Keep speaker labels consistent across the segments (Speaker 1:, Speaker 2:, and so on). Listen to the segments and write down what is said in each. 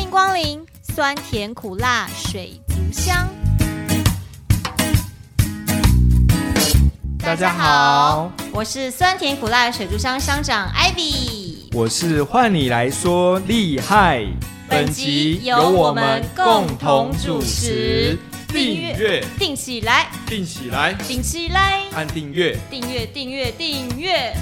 Speaker 1: 迎光临，酸甜苦辣水族箱。
Speaker 2: 大家好，
Speaker 1: 我是酸甜苦辣水族箱箱长 Ivy。
Speaker 2: 我是换你来说厉害。
Speaker 1: 本集由我们共同主持，
Speaker 2: 订阅
Speaker 1: 订起来，
Speaker 2: 订起来，
Speaker 1: 订起来，
Speaker 2: 按订阅。
Speaker 1: 订阅，订阅，订阅。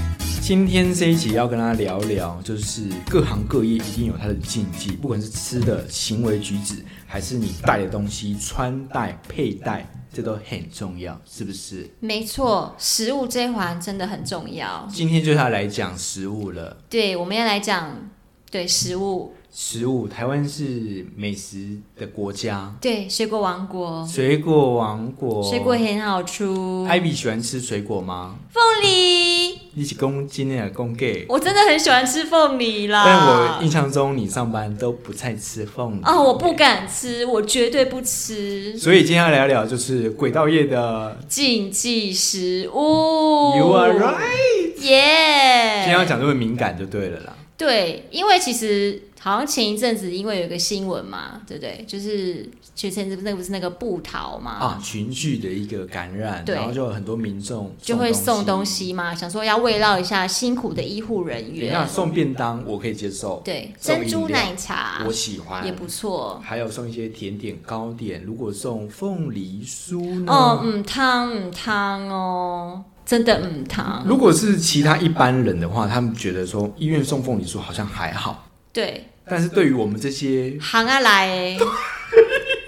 Speaker 2: 今天这一集要跟大家聊聊，就是各行各业一定有它的禁忌，不管是吃的、行为举止，还是你带的东西、穿戴、佩戴，这都很重要，是不是？
Speaker 1: 没错，食物这一环真的很重要。
Speaker 2: 今天就要来讲食物了。
Speaker 1: 对，我们要来讲对食物，
Speaker 2: 食物，台湾是美食的国家，
Speaker 1: 对水果王国，
Speaker 2: 水果王国。
Speaker 1: 水果很好吃，
Speaker 2: 艾比喜欢吃水果吗？
Speaker 1: 凤梨，
Speaker 2: 一起公斤的公给。
Speaker 1: 我真的很喜欢吃凤梨啦。
Speaker 2: 但我印象中你上班都不太吃凤梨
Speaker 1: 哦，我不。敢吃，我绝对不吃
Speaker 2: 所以今天要聊聊就是轨道业的。
Speaker 1: 禁忌食物。哦
Speaker 2: You are right。今
Speaker 1: 耶、
Speaker 2: 天要讲这么敏感就对了啦。
Speaker 1: 对，因为其实好像前一阵子因为有一个新闻嘛，对不对？就是前阵子那个不是那个布桃嘛，
Speaker 2: 啊，群聚的一个感染，
Speaker 1: 对
Speaker 2: 然后就有很多民众
Speaker 1: 就会送
Speaker 2: 送
Speaker 1: 东。西嘛，想说要慰劳一下辛苦的医护人
Speaker 2: 等一下
Speaker 1: 员。
Speaker 2: 送便当我可以接受，
Speaker 1: 对，
Speaker 2: 送
Speaker 1: 珍珠
Speaker 2: 饮料
Speaker 1: 奶茶
Speaker 2: 我喜欢
Speaker 1: 也不错。
Speaker 2: 还有送一些甜点、糕点。如果送凤梨酥呢？
Speaker 1: 哦，嗯汤嗯汤哦，真的嗯汤。
Speaker 2: 如果是其他一般人的话，他们觉得说医院送凤梨酥好像还好，
Speaker 1: 对，
Speaker 2: 但是对于我们这些，
Speaker 1: 行啊来欸，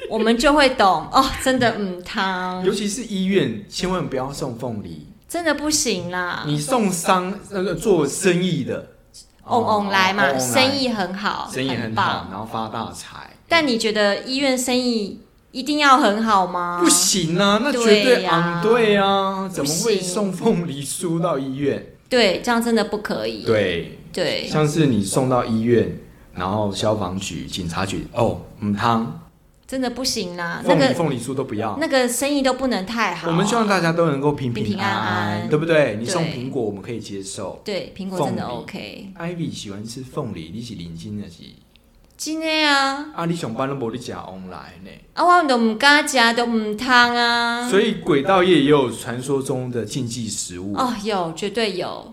Speaker 1: 我们就会懂哦，真的嗯汤
Speaker 2: 尤，其是医院，千万不要送凤梨。
Speaker 1: 真的不行啦。
Speaker 2: 你送商那个做生意的，
Speaker 1: 嗡嗡来哦嘛，
Speaker 2: 哦嗡嗡来
Speaker 1: 生意很好，
Speaker 2: 生意很好，
Speaker 1: 棒。
Speaker 2: 然后发大财。
Speaker 1: 但你觉得医院生意一定要很好吗
Speaker 2: 不？行啊，那绝
Speaker 1: 对
Speaker 2: 对
Speaker 1: 呀
Speaker 2: 昂对啊，怎么会
Speaker 1: 不行
Speaker 2: 送凤梨酥到医院？
Speaker 1: 对，这样真的不可以。
Speaker 2: 对，
Speaker 1: 对
Speaker 2: 像是你送到医院，然后消防局、警察局，哦，嗯汤，
Speaker 1: 真的不行啦。啊那
Speaker 2: 凤梨
Speaker 1: 个
Speaker 2: 凤梨酥都不要。
Speaker 1: 那个生意都不能太好。
Speaker 2: 我们希望大家都能够平
Speaker 1: 平平
Speaker 2: 安
Speaker 1: 安安
Speaker 2: 对不对？你
Speaker 1: 对
Speaker 2: 送苹果，我们可以接受。
Speaker 1: 对苹果真的
Speaker 2: 凤梨
Speaker 1: OK。
Speaker 2: Ivy 喜欢吃凤梨，你是零斤的是？
Speaker 1: 今天啊，
Speaker 2: 啊，你上班都无你食往来呢。
Speaker 1: 啊我们都唔敢食，都唔汤啊。
Speaker 2: 所以轨道业也有传说中的禁忌食物，
Speaker 1: 哦，有绝对有，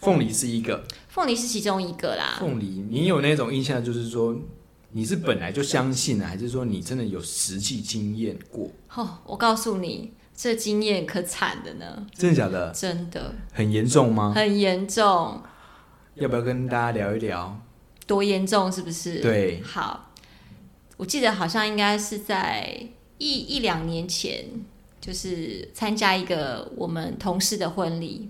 Speaker 2: 凤梨是一个。
Speaker 1: 凤梨是其中一个啦。
Speaker 2: 凤梨，你有那种印象，就是说你是本来就相信啊呢，还是说你真的有实际经验过？
Speaker 1: 哦，我告诉你，这经验可惨的呢，
Speaker 2: 真的假的？
Speaker 1: 真的
Speaker 2: 很严重吗？
Speaker 1: 很严重。
Speaker 2: 要不要跟大家聊一聊？
Speaker 1: 多严重，是不是？
Speaker 2: 对
Speaker 1: 好，我记得好像应该是在一一两年前，就是参加一个我们同事的婚礼，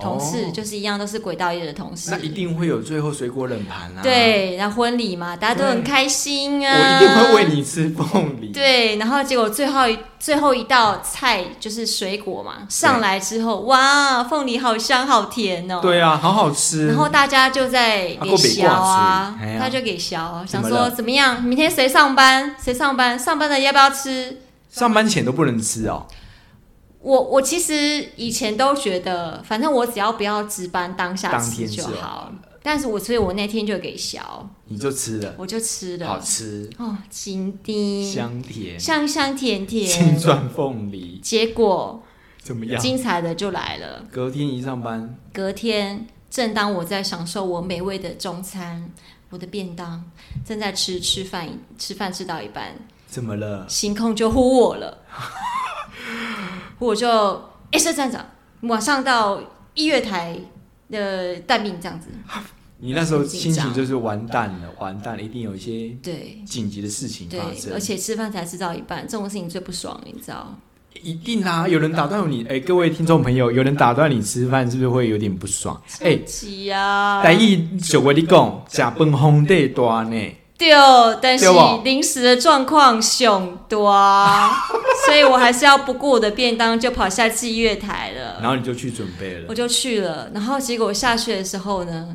Speaker 1: 同事
Speaker 2: 哦、
Speaker 1: 就是一样都是轨道业的同事
Speaker 2: 那，一定会有最后水果冷盘啊！，
Speaker 1: 对，然后婚礼嘛，大家都很开心
Speaker 2: 我
Speaker 1: 啊，
Speaker 2: 一定会为你吃凤梨。
Speaker 1: 对，然后结果最后一最后一道菜就是水果嘛，上来之后，哇，凤梨好香好甜哦。
Speaker 2: 对啊，好好吃。
Speaker 1: 然后大家就在给削啊
Speaker 2: 啊还没挂嘴哎，呀
Speaker 1: 他就给削，啊想
Speaker 2: 怎么
Speaker 1: 说
Speaker 2: 了
Speaker 1: 怎么样？明天谁上班？谁上班？上班的要不要吃？
Speaker 2: 上班前都不能吃哦。
Speaker 1: 我我其实以前都觉得，反正我只要不要值班，当下
Speaker 2: 当
Speaker 1: 吃
Speaker 2: 天
Speaker 1: 就
Speaker 2: 吃就
Speaker 1: 好。但是我所以，我那天就给削，
Speaker 2: 你就吃了，
Speaker 1: 我就吃
Speaker 2: 好
Speaker 1: 了，
Speaker 2: 吃，
Speaker 1: 哦，金丁，
Speaker 2: 香甜，
Speaker 1: 嗯香香甜
Speaker 2: 青
Speaker 1: 甜。
Speaker 2: 钻凤梨
Speaker 1: 结果
Speaker 2: 怎么样？
Speaker 1: 精彩的就来了，
Speaker 2: 隔天一上班，
Speaker 1: 隔天，正当我在享受我美味的中餐，我的便当，正在吃吃饭吃饭吃到一半，
Speaker 2: 怎么了？
Speaker 1: 行控就呼我了， 我就哎，社站长，马上到一月台的蛋饼这样子，
Speaker 2: 你那时候
Speaker 1: 很紧
Speaker 2: 心
Speaker 1: 张
Speaker 2: 情就是完蛋了，完蛋了，一定有一些
Speaker 1: 对
Speaker 2: 紧急的事情
Speaker 1: 对
Speaker 2: 发，生，
Speaker 1: 而且吃饭才吃到一半，这种事情最不爽，你知道？
Speaker 2: 一定啦、有人打断你，哎、各位听众朋友，有人打断你吃饭，是不是会有点不爽？哎、
Speaker 1: 急啊！
Speaker 2: 台语小话你讲，假崩烘地大呢，
Speaker 1: 对，但是
Speaker 2: 对不
Speaker 1: 临时的状况凶多，啊 所以我还是要不顾我的便当就跑下祭月台了，
Speaker 2: 然后你就去准备了
Speaker 1: 我。就去了。然后结果下去的时候呢，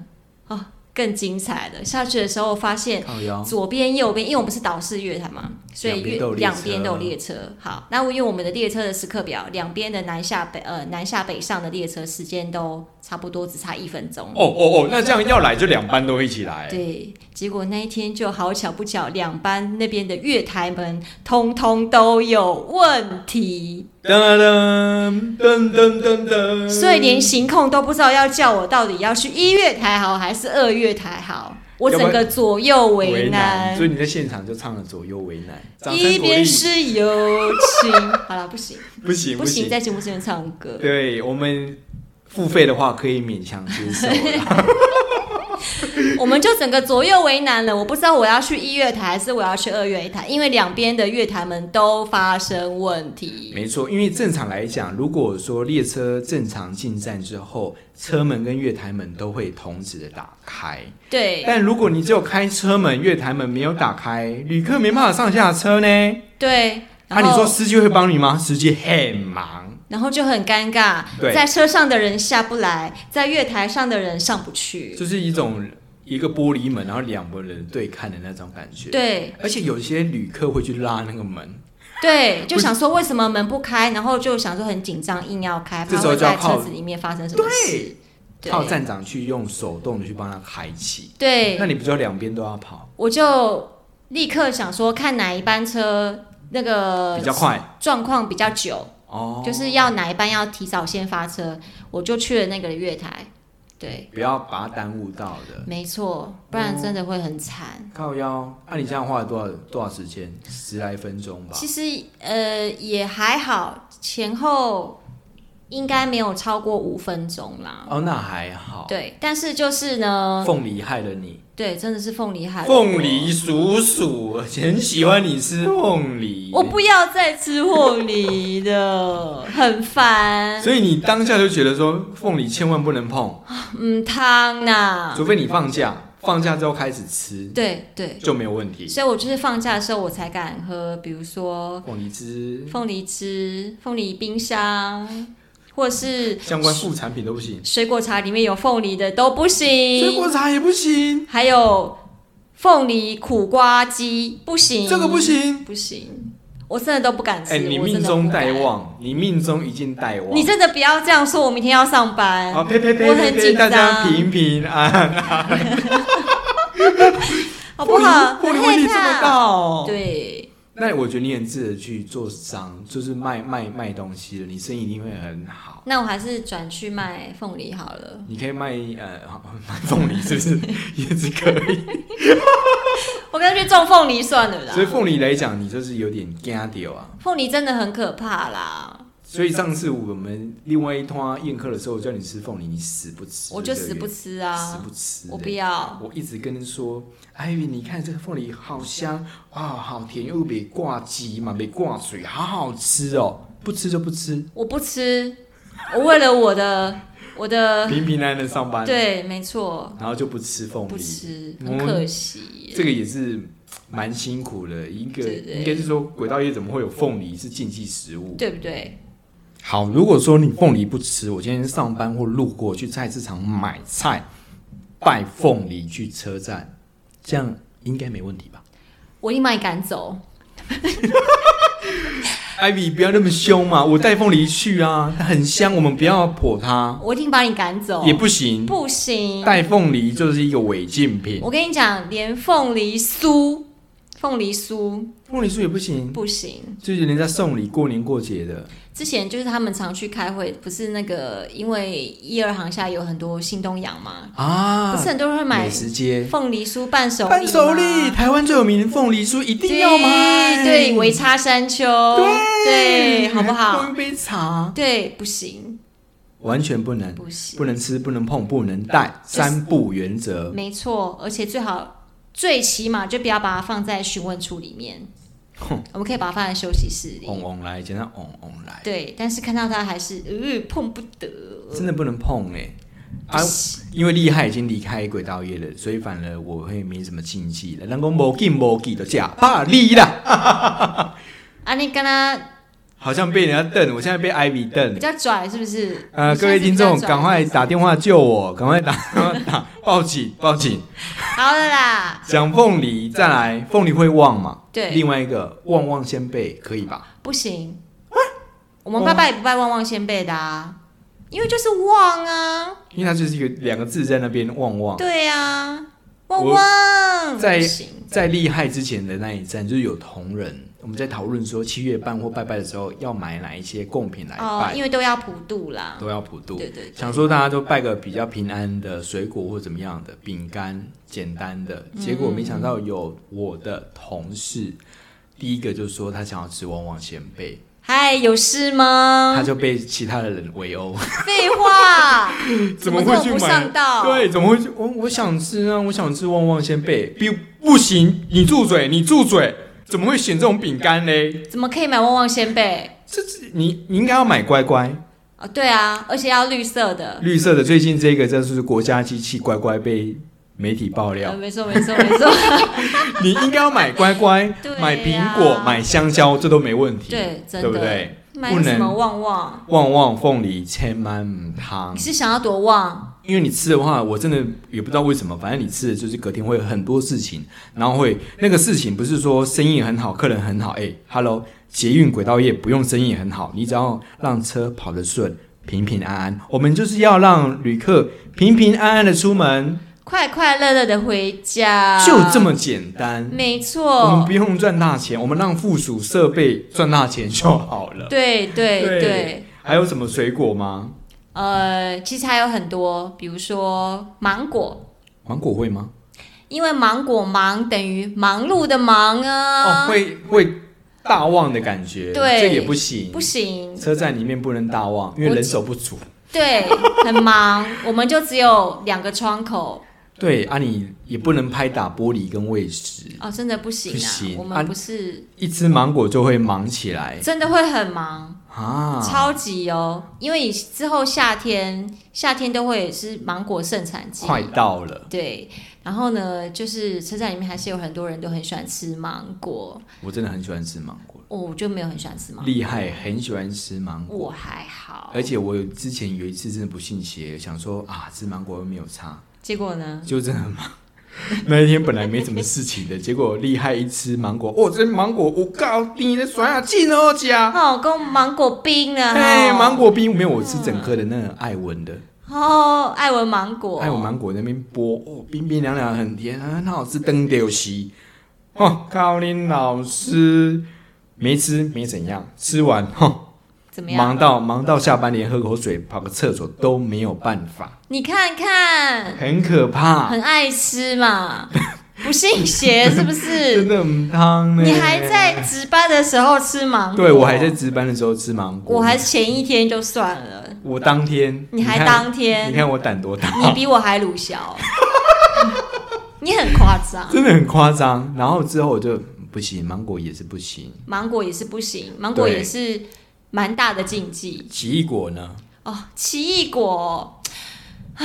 Speaker 1: 啊哦，更精彩了。下去的时候发现
Speaker 2: 靠腰，
Speaker 1: 左边右边，因为我们是岛式月台嘛，所以
Speaker 2: 两边都有
Speaker 1: 越
Speaker 2: 列
Speaker 1: 两边都有
Speaker 2: 车
Speaker 1: 列车。好，那因为我们的列车的时刻表，两边的南下北呃南下北上的列车时间都差不多，只差一分钟。
Speaker 2: 哦哦哦，那这样要来就两班都一起来。
Speaker 1: 对，结果那一天就好巧不巧，两班那边的月台门通通都有问题，
Speaker 2: 噔噔噔噔噔噔，
Speaker 1: 所以连行控都不知道要叫我到底要去一月台好还是二月台好，我整个左右为难
Speaker 2: 所，以你在现场就唱了《左右为难》，掌声
Speaker 1: 一
Speaker 2: 鼓励
Speaker 1: 边是友情，好了，不行
Speaker 2: 不行
Speaker 1: 不
Speaker 2: 行
Speaker 1: 行，，在节目之前唱歌，
Speaker 2: 对我们付费的话可以勉强接受啦。
Speaker 1: 我们就整个左右为难了，我不知道我要去一月台还是我要去二月台，因为两边的月台门都发生问题。
Speaker 2: 没错，因为正常来讲，如果说列车正常进站之后，车门跟月台门都会同时的打开。
Speaker 1: 对，
Speaker 2: 但如果你只有开车门，月台门没有打开，旅客没办法上下车呢。
Speaker 1: 对，
Speaker 2: 那、
Speaker 1: 然后、
Speaker 2: 你说司机会帮你吗？司机很忙，
Speaker 1: 然后就很尴尬，
Speaker 2: 对
Speaker 1: 在车上的人下不来，在月台上的人上不去。
Speaker 2: 就是一种一个玻璃门，然后两个人对看的那种感觉。，
Speaker 1: 对
Speaker 2: 而且有些旅客会去拉那个门，
Speaker 1: 对，就想说为什么门不开，然后就想说很紧张，硬要开，
Speaker 2: 这
Speaker 1: 怕
Speaker 2: 时候
Speaker 1: 会
Speaker 2: 就要
Speaker 1: 在
Speaker 2: 靠
Speaker 1: 车子里面发生什么事。对，
Speaker 2: 靠站长去用手动的去帮他开启。那
Speaker 1: 对，
Speaker 2: 你不就两边都要跑，
Speaker 1: 我就立刻想说看哪一班车那个
Speaker 2: 比较快
Speaker 1: 状况比较久，
Speaker 2: 哦？
Speaker 1: 就是要哪一班要提早先发车，我就去了那个月台。对，
Speaker 2: 不要把它耽误到的。
Speaker 1: 没错，不然真的会很惨。
Speaker 2: 靠腰，那、你这样花了多少多少时间？十来分钟吧
Speaker 1: 其。实呃也还好，前后应该没有超过五分钟啦。
Speaker 2: 哦，那还好。
Speaker 1: 对，但是就是呢，
Speaker 2: 凤梨害了你，
Speaker 1: 对，真的是凤梨海。
Speaker 2: 凤梨叔叔我很喜欢你吃凤梨，
Speaker 1: 我不要再吃凤梨 的，很烦。
Speaker 2: 所以你当下就觉得说凤梨千万不能碰，
Speaker 1: 嗯，汤呐、
Speaker 2: 除非你放假，放假之后开始吃
Speaker 1: 对对，
Speaker 2: 就没有问题。哦
Speaker 1: 所以我就是放假的时候我才敢喝，比如说
Speaker 2: 凤梨汁
Speaker 1: 凤梨汁、凤梨冰箱，或是
Speaker 2: 相关副产品都不行，
Speaker 1: 水果茶里面有凤梨的都不行。
Speaker 2: 水果茶也不行，
Speaker 1: 还有凤梨苦瓜鸡不行，
Speaker 2: 这个不，行。
Speaker 1: 不行，我真的都不敢吃。
Speaker 2: 哎、你
Speaker 1: 我真
Speaker 2: 命
Speaker 1: 的
Speaker 2: 中
Speaker 1: 不敢
Speaker 2: 带，旺，你命中一定带旺。
Speaker 1: 你真的不要这样说，我明天要上班。
Speaker 2: 啊，呸呸呸
Speaker 1: 我
Speaker 2: 呸
Speaker 1: 很
Speaker 2: 呸！
Speaker 1: 紧
Speaker 2: 大
Speaker 1: 张
Speaker 2: 家平平啊安安，
Speaker 1: 好不好？
Speaker 2: 玻璃玻璃
Speaker 1: 很
Speaker 2: 问
Speaker 1: 害
Speaker 2: 题这么
Speaker 1: 怕。
Speaker 2: 大哦。
Speaker 1: 对，
Speaker 2: 那我觉得你很值得去做商，就是卖卖卖东西的，你生意一定会很好。
Speaker 1: 那我还是转去卖凤梨好了。
Speaker 2: 你可以卖呃，好 卖凤梨是 不是也是可以？
Speaker 1: 我干脆去种凤梨算了
Speaker 2: 所以
Speaker 1: 啦。
Speaker 2: 凤梨来讲，你就是有点惊掉啊。
Speaker 1: 凤梨真的很可怕啦，
Speaker 2: 所以上次我们另外一趟宴客的时候，我叫你吃凤梨，你死不吃，
Speaker 1: 我就死不
Speaker 2: 吃
Speaker 1: 吃
Speaker 2: 死
Speaker 1: 啊，
Speaker 2: 不吃、
Speaker 1: 我
Speaker 2: 欸
Speaker 1: 不要。
Speaker 2: 我一直跟人说，艾云，你看这个凤梨好香，哇，好甜，又没挂鸡嘛，没挂水，好好吃哦。不吃就 不吃，
Speaker 1: 我不吃，我为了我的我的
Speaker 2: 平平安安的上班，
Speaker 1: 对，没错，
Speaker 2: 然后就不吃凤
Speaker 1: 不
Speaker 2: 梨，
Speaker 1: 吃，
Speaker 2: 我
Speaker 1: 很
Speaker 2: 们
Speaker 1: 可惜。
Speaker 2: 这个也是蛮辛苦的。一个
Speaker 1: 对对
Speaker 2: 应该是说，轨道业怎么会有凤梨是禁忌食物？
Speaker 1: 对不对？
Speaker 2: 好，如果说你凤梨不吃，我今天上班或路过去菜市场买菜，带凤梨去车站，这样应该没问题吧？
Speaker 1: 我立马赶走，
Speaker 2: 艾比，不要那么凶嘛！我带凤梨去啊，它很香，我们不要泼它，
Speaker 1: 我一定把你赶走，
Speaker 2: 也不行。
Speaker 1: 不行。
Speaker 2: 带凤梨就是一个违禁品，
Speaker 1: 我跟你讲，连凤梨酥，凤梨酥
Speaker 2: 凤梨酥也不行，
Speaker 1: 不行。
Speaker 2: 就是人家送礼过年过节的。
Speaker 1: 之前就是他们常去开会，不是那个，因为一二行下有很多新东阳嘛，
Speaker 2: 啊
Speaker 1: 不是，很多人会买
Speaker 2: 美食街
Speaker 1: 凤梨酥伴手
Speaker 2: 伴手礼，
Speaker 1: 礼吗，
Speaker 2: 台湾最有名的凤梨酥一定
Speaker 1: 对
Speaker 2: 要买，
Speaker 1: 对，维差山丘，对，好不好？
Speaker 2: 喝一杯茶，
Speaker 1: 对，不行，
Speaker 2: 完全不能，
Speaker 1: 不行，
Speaker 2: 不能吃，不能碰，不能带，
Speaker 1: 就是
Speaker 2: 三不原则。
Speaker 1: 没错，而且最好最起码就不要把它放在询问处里面
Speaker 2: 哼，Oh
Speaker 1: 我们可以把它放在休息室里。
Speaker 2: 嗡嗡来，简单嗡嗡来，
Speaker 1: 对，但是看到它还是呃碰不得，
Speaker 2: 真的不能碰哎、
Speaker 1: 不
Speaker 2: 啊，
Speaker 1: 行
Speaker 2: 因为厉害已经离开轨道业了，所以反而我会没什么禁忌了。人讲无禁无忌就假怕你啦，
Speaker 1: 啊，你跟他
Speaker 2: 好像被人家瞪，我现在被艾比瞪
Speaker 1: 比。较拽是不是？
Speaker 2: 呃，
Speaker 1: 你
Speaker 2: 各
Speaker 1: 算是
Speaker 2: 位听
Speaker 1: 比较
Speaker 2: 众，
Speaker 1: 拽
Speaker 2: 赶快打电话救我，赶快打 打报警报警！
Speaker 1: 好了啦，
Speaker 2: 讲凤梨，再来，凤梨会旺嘛？
Speaker 1: 对，
Speaker 2: 另外一个旺旺仙贝可以吧？
Speaker 1: 不行，我们拜拜也不拜旺旺仙贝的啊，因为就是旺啊，
Speaker 2: 因为它就是一个两个字在那边旺旺。
Speaker 1: 对啊，旺
Speaker 2: 哦我
Speaker 1: 旺，
Speaker 2: 在
Speaker 1: 不行，
Speaker 2: 在厉害之前的那一站，就是有同仁我们在讨论说七月半或拜拜的时候要买哪一些贡品来
Speaker 1: 哦，
Speaker 2: 拜，
Speaker 1: 因为都要普渡啦，
Speaker 2: 都要普渡。
Speaker 1: 对对对，
Speaker 2: 想说大家都拜个比较平安的水果或怎么样的饼干，简单的。
Speaker 1: 嗯
Speaker 2: 结果没想到有我的同事，第一个就说他想要吃旺旺仙贝，
Speaker 1: 嗨，有事吗
Speaker 2: 他？就被其他的人围 殴。，
Speaker 1: 废话 么
Speaker 2: 会
Speaker 1: 这
Speaker 2: 去
Speaker 1: 不
Speaker 2: 买？
Speaker 1: 上道？，
Speaker 2: 对，怎么会去？我我想吃啊，我想吃旺旺仙贝。不不行，你住嘴，你住嘴！怎么会选这种饼干嘞？
Speaker 1: 怎么可以买旺旺仙贝？
Speaker 2: 这是你你应该要买乖乖
Speaker 1: 哦，对啊，而且要绿色的。
Speaker 2: 绿色的。最近这个真是国家机器乖乖被媒体爆料
Speaker 1: 呃，，没错，没错，没 错。
Speaker 2: 你应该要买乖乖
Speaker 1: 对，呀
Speaker 2: 买苹果，买香蕉，这都没问题，
Speaker 1: 对真
Speaker 2: 对
Speaker 1: 的
Speaker 2: 不对？
Speaker 1: 买
Speaker 2: 不
Speaker 1: 什么
Speaker 2: 能
Speaker 1: 旺旺？
Speaker 2: 旺旺凤梨千满汤
Speaker 1: 你，是想要多旺？
Speaker 2: 因为你吃的话，我真的也不知道为什么，反正你吃的就是隔天会有很多事情，然后会那个事情不是说生意很好，客人很好，哎，hello，捷运轨道业不用生意也很好，你只要让车跑得顺。平平安安，我们就是要让旅客平平安安的出门，
Speaker 1: 快快乐乐的回家，
Speaker 2: 就这么简单。
Speaker 1: 没
Speaker 2: 我们
Speaker 1: 错
Speaker 2: 不。用赚大钱，我们让附属设备赚大钱就好了。
Speaker 1: 对对
Speaker 2: 对
Speaker 1: 对
Speaker 2: 还有什么水果吗？
Speaker 1: 呃，其实还有很多，比如说芒果，
Speaker 2: 芒果会吗？
Speaker 1: 因为芒果忙等于忙碌的忙啊，
Speaker 2: 哦，会会大旺的感觉，
Speaker 1: 对
Speaker 2: 这也不行，
Speaker 1: 不行，
Speaker 2: 车站里面不能大旺，因为人手不足。
Speaker 1: 对，很忙，我们就只有两个窗口
Speaker 2: 对啊，你也不能拍打玻璃跟喂食，
Speaker 1: 哦，真的不行啊，
Speaker 2: 不行
Speaker 1: 我
Speaker 2: 啊
Speaker 1: 们不是、
Speaker 2: 一吃芒果就会忙起来
Speaker 1: 真的会很忙。
Speaker 2: 啊。
Speaker 1: 超级哦，因为你之后夏天夏天都会是芒果盛产季，
Speaker 2: 快到了，
Speaker 1: 对。然后呢，就是车站里面还是有很多人都很喜欢吃芒果，
Speaker 2: 我真的很喜欢吃芒果，
Speaker 1: 哦我就没有很喜欢吃芒果，
Speaker 2: 厉害，很喜欢吃芒果。
Speaker 1: 我还好。
Speaker 2: 而且我之前有一次真的不信邪，想说啊，吃芒果又没有差，
Speaker 1: 结果呢，
Speaker 2: 就真的很忙。 那一天本来没什么事情的，结果厉害一吃芒果，哦，这芒果我靠，你的酸啊，劲哦家，
Speaker 1: 哦，跟芒果冰啊，
Speaker 2: 哎，
Speaker 1: 哦
Speaker 2: 芒果冰没有，我吃整颗的那个艾文的，
Speaker 1: 哦，爱文芒果，
Speaker 2: 艾文芒果那边剥，哦，冰冰凉凉，很甜，啊很好吃，登丢西。哦，高林老师没吃没怎样，吃完哦，
Speaker 1: 怎么样？
Speaker 2: 忙到忙到下班连喝口水、跑个厕所都没有办法，
Speaker 1: 你看看，
Speaker 2: 很可怕。
Speaker 1: 很爱吃 嘛，不信邪是不
Speaker 2: 真
Speaker 1: 是？
Speaker 2: 的很汤呢。
Speaker 1: 你还在值班的时候吃芒果，
Speaker 2: 对我还在值班的时候吃芒果，
Speaker 1: 我还前一天就算了，
Speaker 2: 我当天，
Speaker 1: 你还
Speaker 2: 看
Speaker 1: 当天
Speaker 2: 你看我胆多
Speaker 1: 你
Speaker 2: 大，
Speaker 1: 比我还鲁小， 你很夸张。
Speaker 2: 真的很夸张。然后之后我就不行，芒果也是不行，
Speaker 1: 芒果也是不行，芒果
Speaker 2: 对
Speaker 1: 也是蛮大的禁忌
Speaker 2: 奇异果呢？
Speaker 1: 哦。奇异果，啊，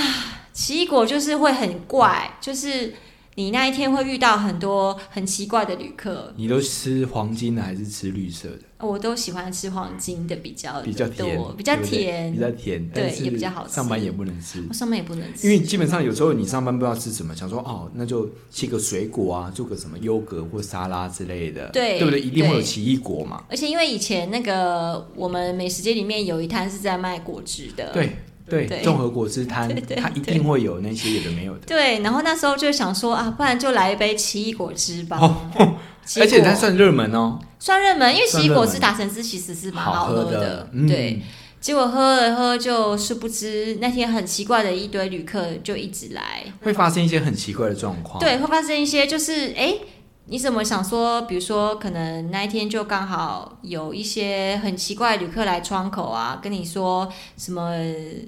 Speaker 1: 奇异果就是会很怪，就是你那一天会遇到很多很奇怪的旅客。
Speaker 2: 你都吃黄金的还是吃绿色的？
Speaker 1: 我都喜欢吃黄金的比较
Speaker 2: 比较甜
Speaker 1: 多，，比较
Speaker 2: 对不对
Speaker 1: 甜
Speaker 2: 比。较甜，
Speaker 1: 对
Speaker 2: 但是
Speaker 1: 也比较好吃
Speaker 2: 上班也不能吃
Speaker 1: 我。上面也不能吃，
Speaker 2: 因为基本上有时候你上班不知道吃什么，想说哦，那就切个水果啊，做个什么优格或沙拉之类的，
Speaker 1: 对
Speaker 2: 对不对？一定会有
Speaker 1: 对
Speaker 2: 奇异果嘛，
Speaker 1: 而且因为以前那个我们美食街里面有一摊是在卖果汁的，
Speaker 2: 对对，
Speaker 1: 对
Speaker 2: 综合果汁摊
Speaker 1: 对，对
Speaker 2: 它一定会有那些有的没有的。
Speaker 1: 对，然后那时候就想说啊，不然就来一杯奇异果汁吧。奇异
Speaker 2: 哦而且它
Speaker 1: 果
Speaker 2: 算热门哦，
Speaker 1: 算热门，因为
Speaker 2: 算
Speaker 1: 奇异
Speaker 2: 热
Speaker 1: 果
Speaker 2: 门
Speaker 1: 汁打成汁其实是蛮
Speaker 2: 喝
Speaker 1: 喝
Speaker 2: 嗯、
Speaker 1: 对，，结果喝了喝，就殊不知那天很奇怪的一堆旅客就一直来，
Speaker 2: 会发生一些很奇怪的状况。，
Speaker 1: 对，会发生一些就是哎。你怎么想说？比如说，可能那一天就刚好有一些很奇怪的旅客来窗口啊，跟你说什么？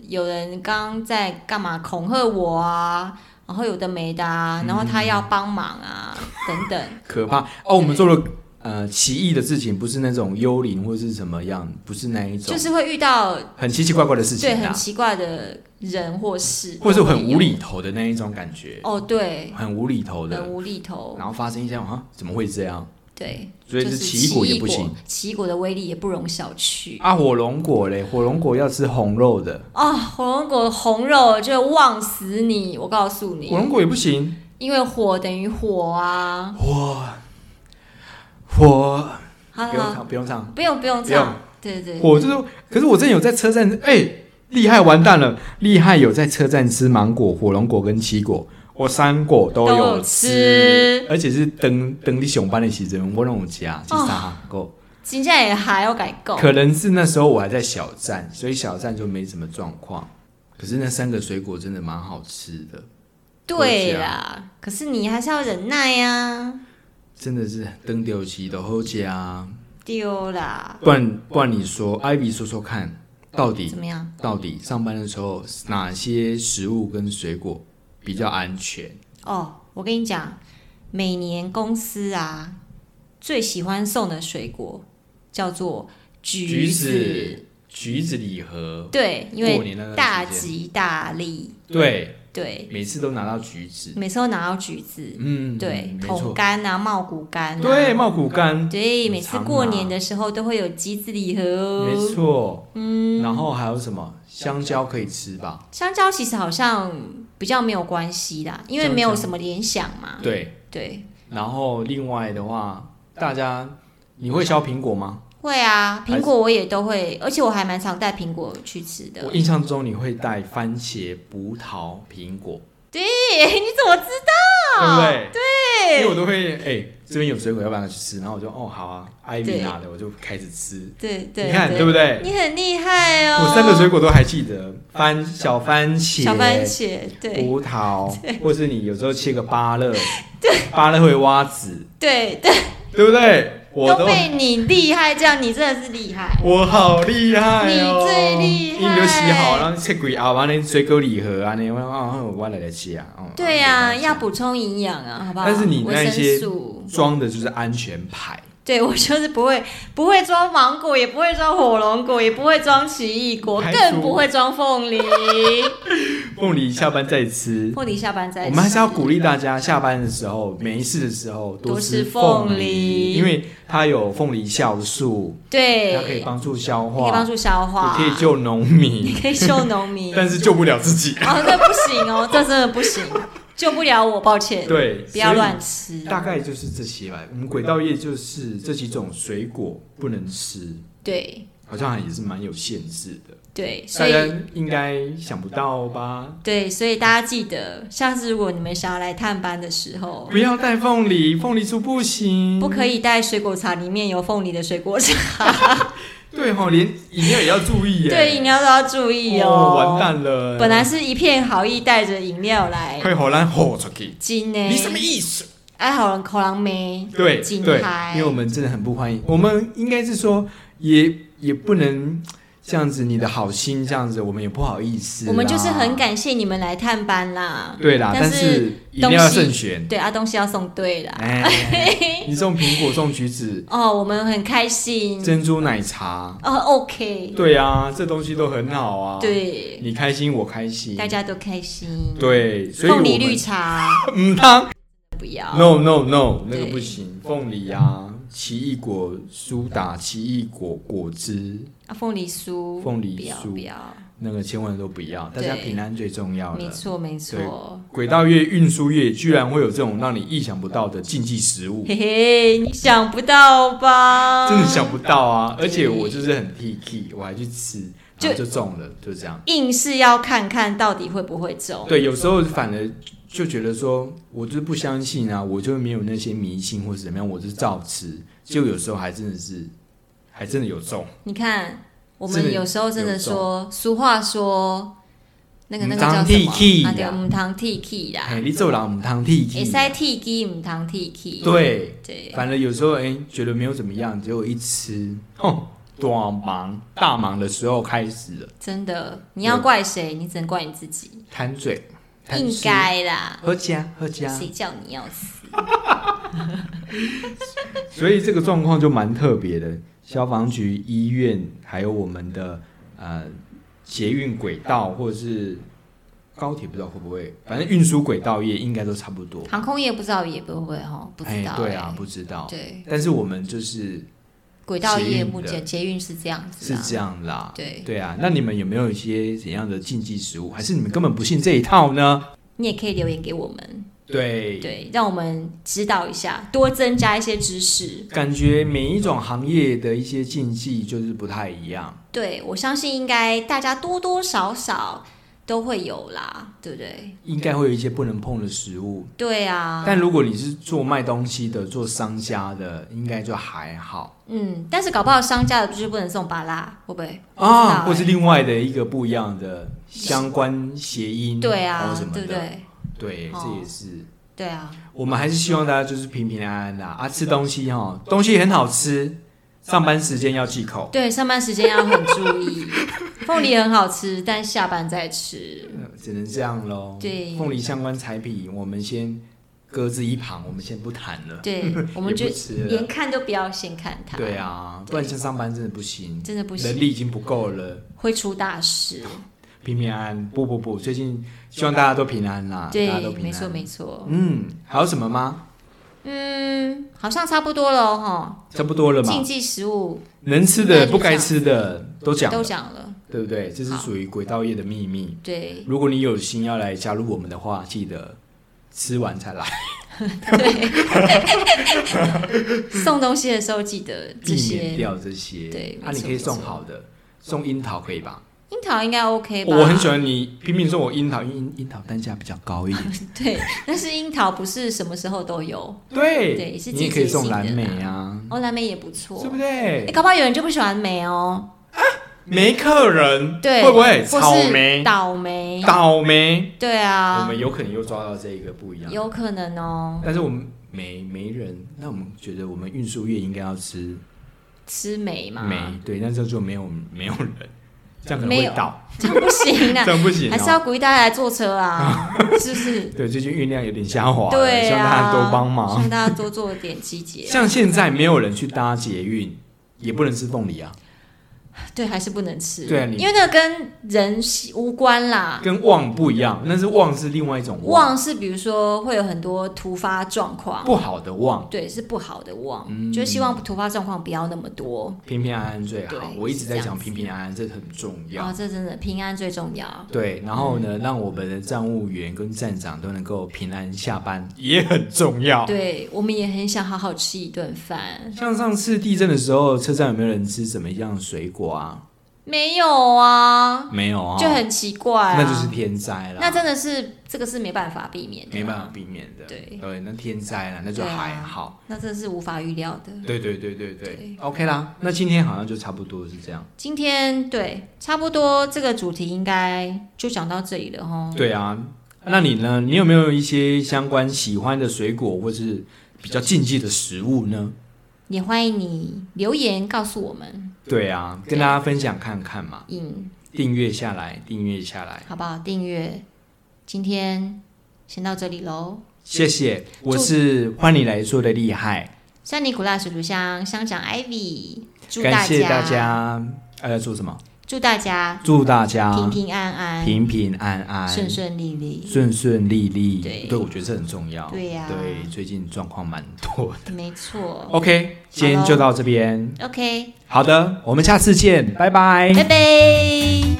Speaker 1: 有人刚在干嘛恐吓我啊，然后有的没的啊，然后他
Speaker 2: 嗯
Speaker 1: 要帮忙啊，等 等。
Speaker 2: 可怕哦！我们做了呃奇异的事情，不是那种幽灵或是什么样，不是那一种，
Speaker 1: 就是会遇到
Speaker 2: 很奇奇怪怪的事情
Speaker 1: 对
Speaker 2: 啊
Speaker 1: 很，奇怪的人或事，
Speaker 2: 或是很无
Speaker 1: 厘
Speaker 2: 厘头的那一种感觉，
Speaker 1: 哦，对，
Speaker 2: 很无厘头
Speaker 1: 很
Speaker 2: 的，
Speaker 1: 无厘头，
Speaker 2: 然后发生一些啊，怎么会这样？
Speaker 1: 对，
Speaker 2: 所以
Speaker 1: 就是奇
Speaker 2: 奇异果也不行。，
Speaker 1: 奇异果的威力也不容小觑。
Speaker 2: 啊，火龙果嘞，火龙果要吃红肉的，
Speaker 1: 啊，火龙果红肉就旺死你！我告诉
Speaker 2: 火
Speaker 1: 你，
Speaker 2: 龙果也不行。
Speaker 1: 因为火等于火啊。
Speaker 2: 火火
Speaker 1: 好
Speaker 2: 不用
Speaker 1: 了，
Speaker 2: 唱，不用唱。
Speaker 1: 不用不用
Speaker 2: 不用
Speaker 1: 唱，啊对对，
Speaker 2: 火就是，可是我真的有在车站，哎、厉害，完蛋了，厉害有在车站吃芒果、火龙果跟奇果，我三果都
Speaker 1: 都
Speaker 2: 有
Speaker 1: 有吃哦
Speaker 2: 而且是等等你上班的时阵，我让我加去三够。
Speaker 1: 金价也还要改购。
Speaker 2: 可能是那时候我还在小站，所以小站就没什么状况。可是那三个水果真的蛮好吃的，
Speaker 1: 对啦，可是你还是要忍耐啊呀。
Speaker 2: 真的是登丢期都好加。
Speaker 1: 丢啦，
Speaker 2: 啊不然不然你说，艾比说说看，到底
Speaker 1: 怎么样？
Speaker 2: 到底上班的时候哪些食物跟水果比较安全？
Speaker 1: 哦，我跟你讲，每年公司啊最喜欢送的水果叫做橘
Speaker 2: 子，橘子礼盒，
Speaker 1: 对，因
Speaker 2: 过
Speaker 1: 为
Speaker 2: 年那段
Speaker 1: 大
Speaker 2: 时间
Speaker 1: 吉大利，
Speaker 2: 对，
Speaker 1: 对，
Speaker 2: 每次都拿到橘子，
Speaker 1: 每次都拿到橘子，
Speaker 2: 嗯，
Speaker 1: 对，
Speaker 2: 没
Speaker 1: 桶
Speaker 2: 错，
Speaker 1: 柑啊，茂谷柑、啊，
Speaker 2: 对，茂谷柑，
Speaker 1: 对，每次
Speaker 2: 常
Speaker 1: 过
Speaker 2: 拿
Speaker 1: 年的时候都会有橘子礼盒
Speaker 2: 没
Speaker 1: 哦。
Speaker 2: 错，嗯，然后还有什么香蕉可以吃吧？
Speaker 1: 香蕉其实好像比较没有关系啦，因为没有
Speaker 2: 香蕉
Speaker 1: 什么联想嘛。
Speaker 2: 对，
Speaker 1: 对，
Speaker 2: 然后另外的话，大家你会削苹果吗？
Speaker 1: 会啊，
Speaker 2: 还
Speaker 1: 苹
Speaker 2: 是
Speaker 1: 果我也都会，而且我还蛮常带苹果去吃的。
Speaker 2: 我印象中你会带番茄、葡萄、苹果，
Speaker 1: 对， 你怎么知
Speaker 2: 对不
Speaker 1: 道？
Speaker 2: 对？对，因为我都会哎、这边有水果，要不要拿去吃？然后我就哦好啊，艾米
Speaker 1: 对
Speaker 2: 拿的，我就开始吃。
Speaker 1: 对对，
Speaker 2: 你看对不对？
Speaker 1: 你很厉害哦。
Speaker 2: 我三个水果都还记得，番小番茄、
Speaker 1: 小番茄，对
Speaker 2: 葡萄，或是你有时候切个芭乐，对，芭乐会挖籽，
Speaker 1: 对对，
Speaker 2: 对不对？我
Speaker 1: 都被你厉害，这样你真的是厉害。
Speaker 2: 我好厉害哦！
Speaker 1: 你最厉害
Speaker 2: 你就洗好，然后切鬼啊，完了水果礼盒啊，你我啊，我来来切啊。哦
Speaker 1: 对呀、
Speaker 2: 我来来切
Speaker 1: 要补充营养啊，好不好？
Speaker 2: 但是你
Speaker 1: 维
Speaker 2: 那
Speaker 1: 生
Speaker 2: 些
Speaker 1: 素，
Speaker 2: 装的就是安全牌，
Speaker 1: 对我就是不会不会装芒果，也不会装火龙果，也不会装奇异果，
Speaker 2: 排除
Speaker 1: 更不会装凤 梨。
Speaker 2: 凤梨下班再吃。
Speaker 1: 凤梨下班再吃
Speaker 2: 我们还是要鼓励大家，下班的时候没事的时候
Speaker 1: 多
Speaker 2: 吃
Speaker 1: 吃凤
Speaker 2: 凤
Speaker 1: 梨
Speaker 2: 因为它有凤梨酵素，
Speaker 1: 对，
Speaker 2: 它可以帮助消
Speaker 1: 你可以帮
Speaker 2: 化，
Speaker 1: 助消化，
Speaker 2: 也可以救农
Speaker 1: 你
Speaker 2: 民，
Speaker 1: 可以救农民。
Speaker 2: 但是救不了自己。
Speaker 1: 哦，这不行哦，这真的不行，救不了我，抱歉。，
Speaker 2: 对，
Speaker 1: 不要
Speaker 2: 所以
Speaker 1: 乱吃。
Speaker 2: 大概就是这些吧。我们轨道业就是这几种水果不能吃，
Speaker 1: 对
Speaker 2: 好像也是蛮有限制的。
Speaker 1: 对，所
Speaker 2: 大家
Speaker 1: 以。
Speaker 2: 应该想不到吧？
Speaker 1: 对，所以大家记得，下次如果你们想要来探班的时候，
Speaker 2: 不要带凤梨，凤梨酥不行。
Speaker 1: 不可以带水果茶，里面有凤梨的水果茶。
Speaker 2: 对哈、哦，连饮料也要注意耶。
Speaker 1: 对，饮料都要注意
Speaker 2: 哦，
Speaker 1: 哦。
Speaker 2: 完蛋了。
Speaker 1: 本来是一片好意，带着饮料来，
Speaker 2: 会荷兰吼出去，
Speaker 1: 金呢？
Speaker 2: 你什么意思？
Speaker 1: 哎，好人口狼妹，
Speaker 2: 对
Speaker 1: 金
Speaker 2: 对
Speaker 1: 牌，
Speaker 2: 因为我们真的很不欢迎。我们应该是说，也也不能这样子，你的好心这样子，我们也不好意思啦。
Speaker 1: 我们就是很感谢你们来探班啦。
Speaker 2: 对啦，
Speaker 1: 但
Speaker 2: 但
Speaker 1: 是
Speaker 2: 是一定要慎选。
Speaker 1: 对啊，东西要送对啦。
Speaker 2: 哎，你送苹果，送橘子，
Speaker 1: 哦，我们很开心。
Speaker 2: 珍珠奶茶，
Speaker 1: 哦，OK，
Speaker 2: 对啊，这东西都很好啊。，
Speaker 1: 对，
Speaker 2: 你开心，我开心，
Speaker 1: 大家都开心。，
Speaker 2: 嗯对，所以我
Speaker 1: 凤梨
Speaker 2: 们
Speaker 1: 绿茶
Speaker 2: 嗯汤
Speaker 1: 不要。
Speaker 2: ，no no no，那
Speaker 1: 对
Speaker 2: 个不行，凤梨啊，奇异果苏打，奇异果果汁，
Speaker 1: 啊，凤梨酥，
Speaker 2: 凤梨
Speaker 1: 不要
Speaker 2: 酥
Speaker 1: 不要，
Speaker 2: 那个千万都不要，大
Speaker 1: 对
Speaker 2: 家平安最重要
Speaker 1: 没
Speaker 2: 了。
Speaker 1: 错没错。
Speaker 2: 轨道月运输业居然会有这种让你意想不到的禁忌食物，
Speaker 1: 嘿嘿，你想不到吧？
Speaker 2: 真的想不到啊！
Speaker 1: 对
Speaker 2: 而且我就是很 T K，我还去吃，然后就中了，就这样。
Speaker 1: 硬是要看看到底会不会中。
Speaker 2: 对，有时候反而就觉得说，我就是不相信啊，我就没有那些迷信或是怎么样，我就是照吃。就有时候还真的是，还真的有中。
Speaker 1: 你看，我
Speaker 2: 真
Speaker 1: 们
Speaker 2: 的
Speaker 1: 有时候真的说，俗话说，那个那个
Speaker 2: 唔
Speaker 1: 叫
Speaker 2: 通
Speaker 1: 什么
Speaker 2: 嗯剃气？
Speaker 1: 啊，对，
Speaker 2: 呀
Speaker 1: 唔通剃气啦，
Speaker 2: 哎，你做人唔通 T
Speaker 1: 会
Speaker 2: K，
Speaker 1: 使剃气，唔通剃气。
Speaker 2: 对，
Speaker 1: 对
Speaker 2: 反而有时候哎、觉得没有怎么样，结果一吃，哼，大忙大忙的时候开始了，
Speaker 1: 真的，你要怪谁？你只能怪你自己，
Speaker 2: 贪嘴，贪
Speaker 1: 应
Speaker 2: 吃，
Speaker 1: 该啊啦。
Speaker 2: 喝加喝加，
Speaker 1: 谁叫你要死？
Speaker 2: 所以这个状况就蛮特别的。消防局、医院，还有我们的呃捷运轨道，或者是高铁不知道会不会，反正运输轨道业应该都差不多。
Speaker 1: 航空业不知道也不会哈，不知道、
Speaker 2: 对
Speaker 1: 哎
Speaker 2: 啊，不知道。
Speaker 1: 对，
Speaker 2: 但是我们就是
Speaker 1: 轨道
Speaker 2: 捷
Speaker 1: 业
Speaker 2: 运
Speaker 1: 目
Speaker 2: 的
Speaker 1: 前捷运是这样子、
Speaker 2: 是
Speaker 1: 啊，
Speaker 2: 这样啦。
Speaker 1: 对，
Speaker 2: 对啊，那你们有没有一些怎样的禁忌食物？还是你们根本不信这一套呢？
Speaker 1: 你也可以留言给我们，
Speaker 2: 对，
Speaker 1: 对，让我们指导一下，多增加一些知识。
Speaker 2: 感觉每一种行业的一些禁忌就是不太一样。
Speaker 1: 对我相信应该大家多多少少都会有啦，对不对？
Speaker 2: 应该会有一些不能碰的食物，
Speaker 1: 对啊，
Speaker 2: 但如果你是做卖东西的、做商家的，应该就还好
Speaker 1: 嗯，但是搞不好商家的就是不能送巴拉，会不会？
Speaker 2: 啊，
Speaker 1: 不
Speaker 2: 或
Speaker 1: 知
Speaker 2: 是
Speaker 1: 道欸
Speaker 2: 另外的一个不一样的相关谐音，
Speaker 1: 对
Speaker 2: 或
Speaker 1: 啊
Speaker 2: 什，么
Speaker 1: 对不
Speaker 2: 的，
Speaker 1: 对？
Speaker 2: 对，
Speaker 1: 哦
Speaker 2: 这也是。
Speaker 1: 对啊，
Speaker 2: 我们还是希望大家就是平平安安啦啊，
Speaker 1: 嗯
Speaker 2: 吃东西哈，东西很好吃，上班时间要忌口。
Speaker 1: 对，上班时间要很注意。凤梨很好吃，但下班再吃。
Speaker 2: 呃只能这样喽。
Speaker 1: 对
Speaker 2: 凤梨相关产品我们先搁置一旁，我们先不谈了，
Speaker 1: 对，我们
Speaker 2: 也
Speaker 1: 就
Speaker 2: 不吃了
Speaker 1: 连。看都不要先看它，
Speaker 2: 对，啊，不然像上班真的不行，
Speaker 1: 真的不
Speaker 2: 能
Speaker 1: 行，
Speaker 2: 力已经不够了。
Speaker 1: 会出大
Speaker 2: 啊
Speaker 1: 事。
Speaker 2: 平平安安，不不不，最近希望大家都平安啦，
Speaker 1: 对
Speaker 2: 大家都，平安。
Speaker 1: 没错没错。
Speaker 2: 嗯，还有什么吗？
Speaker 1: 嗯，好像差不多了哦哈。
Speaker 2: 差不多了
Speaker 1: 禁
Speaker 2: 嘛，
Speaker 1: 忌食物
Speaker 2: 能吃
Speaker 1: 那
Speaker 2: 的
Speaker 1: 就
Speaker 2: 不
Speaker 1: 这
Speaker 2: 该
Speaker 1: 样
Speaker 2: 吃的都讲
Speaker 1: 都
Speaker 2: 了，
Speaker 1: 讲了，
Speaker 2: 对不对？这是
Speaker 1: 好
Speaker 2: 属于轨道业的秘密。
Speaker 1: 对
Speaker 2: 如果你有心要来加入我们的话，记得吃完才来，
Speaker 1: 对。 送东西的时候记得这
Speaker 2: 避免
Speaker 1: 些。
Speaker 2: 掉这些。
Speaker 1: 对
Speaker 2: 啊，
Speaker 1: 没
Speaker 2: 你
Speaker 1: 错
Speaker 2: 可以
Speaker 1: 没错
Speaker 2: 送好的，送樱桃可以吧？
Speaker 1: 樱桃应该 OK 吧？
Speaker 2: 我很喜欢你拼命送我樱桃，因为樱樱桃单价比较高一 点。
Speaker 1: 对，但是樱桃不是什么时候都有，
Speaker 2: 对
Speaker 1: 对是
Speaker 2: 你也
Speaker 1: 季
Speaker 2: 可以
Speaker 1: 节
Speaker 2: 送
Speaker 1: 性
Speaker 2: 蓝
Speaker 1: 的
Speaker 2: 莓
Speaker 1: 啦
Speaker 2: 啊，
Speaker 1: 哦，蓝莓也不错。
Speaker 2: 对不
Speaker 1: 诶
Speaker 2: 对？
Speaker 1: 搞不好有人就不喜欢梅哦，
Speaker 2: 没客人，
Speaker 1: 对，
Speaker 2: 会不会
Speaker 1: 或
Speaker 2: 草
Speaker 1: 是
Speaker 2: 莓、
Speaker 1: 倒霉，
Speaker 2: 倒霉？
Speaker 1: 对
Speaker 2: 我
Speaker 1: 啊
Speaker 2: 们，有可能又抓到这一个不一样，
Speaker 1: 有可能哦。
Speaker 2: 但是我们没没人，那我们觉得我们运输业应该要吃
Speaker 1: 吃梅嘛，
Speaker 2: 梅，对，但是就没有没有人，这样可能
Speaker 1: 没
Speaker 2: 会
Speaker 1: 有
Speaker 2: 倒，
Speaker 1: 这样不行啊
Speaker 2: 这，样不行
Speaker 1: 还是
Speaker 2: 哦。
Speaker 1: 要鼓励大家来坐车 啊，是不是？
Speaker 2: 对，最近运量有点下滑了，
Speaker 1: 对
Speaker 2: 希望大
Speaker 1: 啊，
Speaker 2: 家多帮
Speaker 1: 希
Speaker 2: 忙。
Speaker 1: 望大家多做点啊集结。
Speaker 2: 像现在没有人去搭捷运，也不能吃凤梨啊。
Speaker 1: 对，还是不能吃，
Speaker 2: 对啊你
Speaker 1: 因为那个跟人无关啦。
Speaker 2: 跟旺不一样，那是旺是另外一种旺，
Speaker 1: 啊旺是比如说会有很多突发状况，
Speaker 2: 不好的旺，
Speaker 1: 对，是不好的旺，
Speaker 2: 嗯
Speaker 1: 就希望突发状况不要那么多。
Speaker 2: 平平安安最好
Speaker 1: 对。
Speaker 2: 我一直在
Speaker 1: 是这
Speaker 2: 讲
Speaker 1: 样子
Speaker 2: 平平安安，这很重要。
Speaker 1: 啊，这真的平安最重要。
Speaker 2: 对，然后呢，让我们的站务员跟站长都能够平安下班，也很重要。
Speaker 1: 对我们也很想好好吃一顿饭，
Speaker 2: 像上次地震的时候，车站有没有人吃什么样的水果啊？
Speaker 1: 没有啊，
Speaker 2: 没有啊、
Speaker 1: 就很奇怪啊。
Speaker 2: 那就是天灾啦，
Speaker 1: 那真的是这个是没办法避免的，啊
Speaker 2: 没办法，避免的。
Speaker 1: 对
Speaker 2: 对，那天灾啦，那就
Speaker 1: 对啊
Speaker 2: 还好。
Speaker 1: 那真的是无法预料的。
Speaker 2: 对对对对对
Speaker 1: 啊对
Speaker 2: o k 啦。那今天好像就差不多是这样。
Speaker 1: 今天对，差不多这个主题应该就讲到这里了哈。
Speaker 2: 对啊，那你呢？你有没有一些相关喜欢的水果或是比较禁忌的食物呢？
Speaker 1: 也欢迎你留言告诉我们，
Speaker 2: 对啊，跟大家分享看看嘛，
Speaker 1: 嗯，
Speaker 2: 订阅下来，订阅下来，
Speaker 1: 好不好？订阅，今天先到这里喽。
Speaker 2: 谢谢。我是换你来说的厉害，
Speaker 1: 山尼古拉水族箱乡长 Ivy，祝
Speaker 2: 感谢大
Speaker 1: 大
Speaker 2: 家。呃，祝什么？
Speaker 1: 祝大家
Speaker 2: 祝大家
Speaker 1: 平平安安、
Speaker 2: 平平安安、
Speaker 1: 顺顺利利。
Speaker 2: 顺顺利利。
Speaker 1: 对
Speaker 2: 我觉得这很重要。
Speaker 1: 对呀
Speaker 2: 对，最近状况蛮多。
Speaker 1: 没错。
Speaker 2: OK，今天就到这边。
Speaker 1: OK，
Speaker 2: 哎好的，我们下次见，拜拜。
Speaker 1: 拜拜。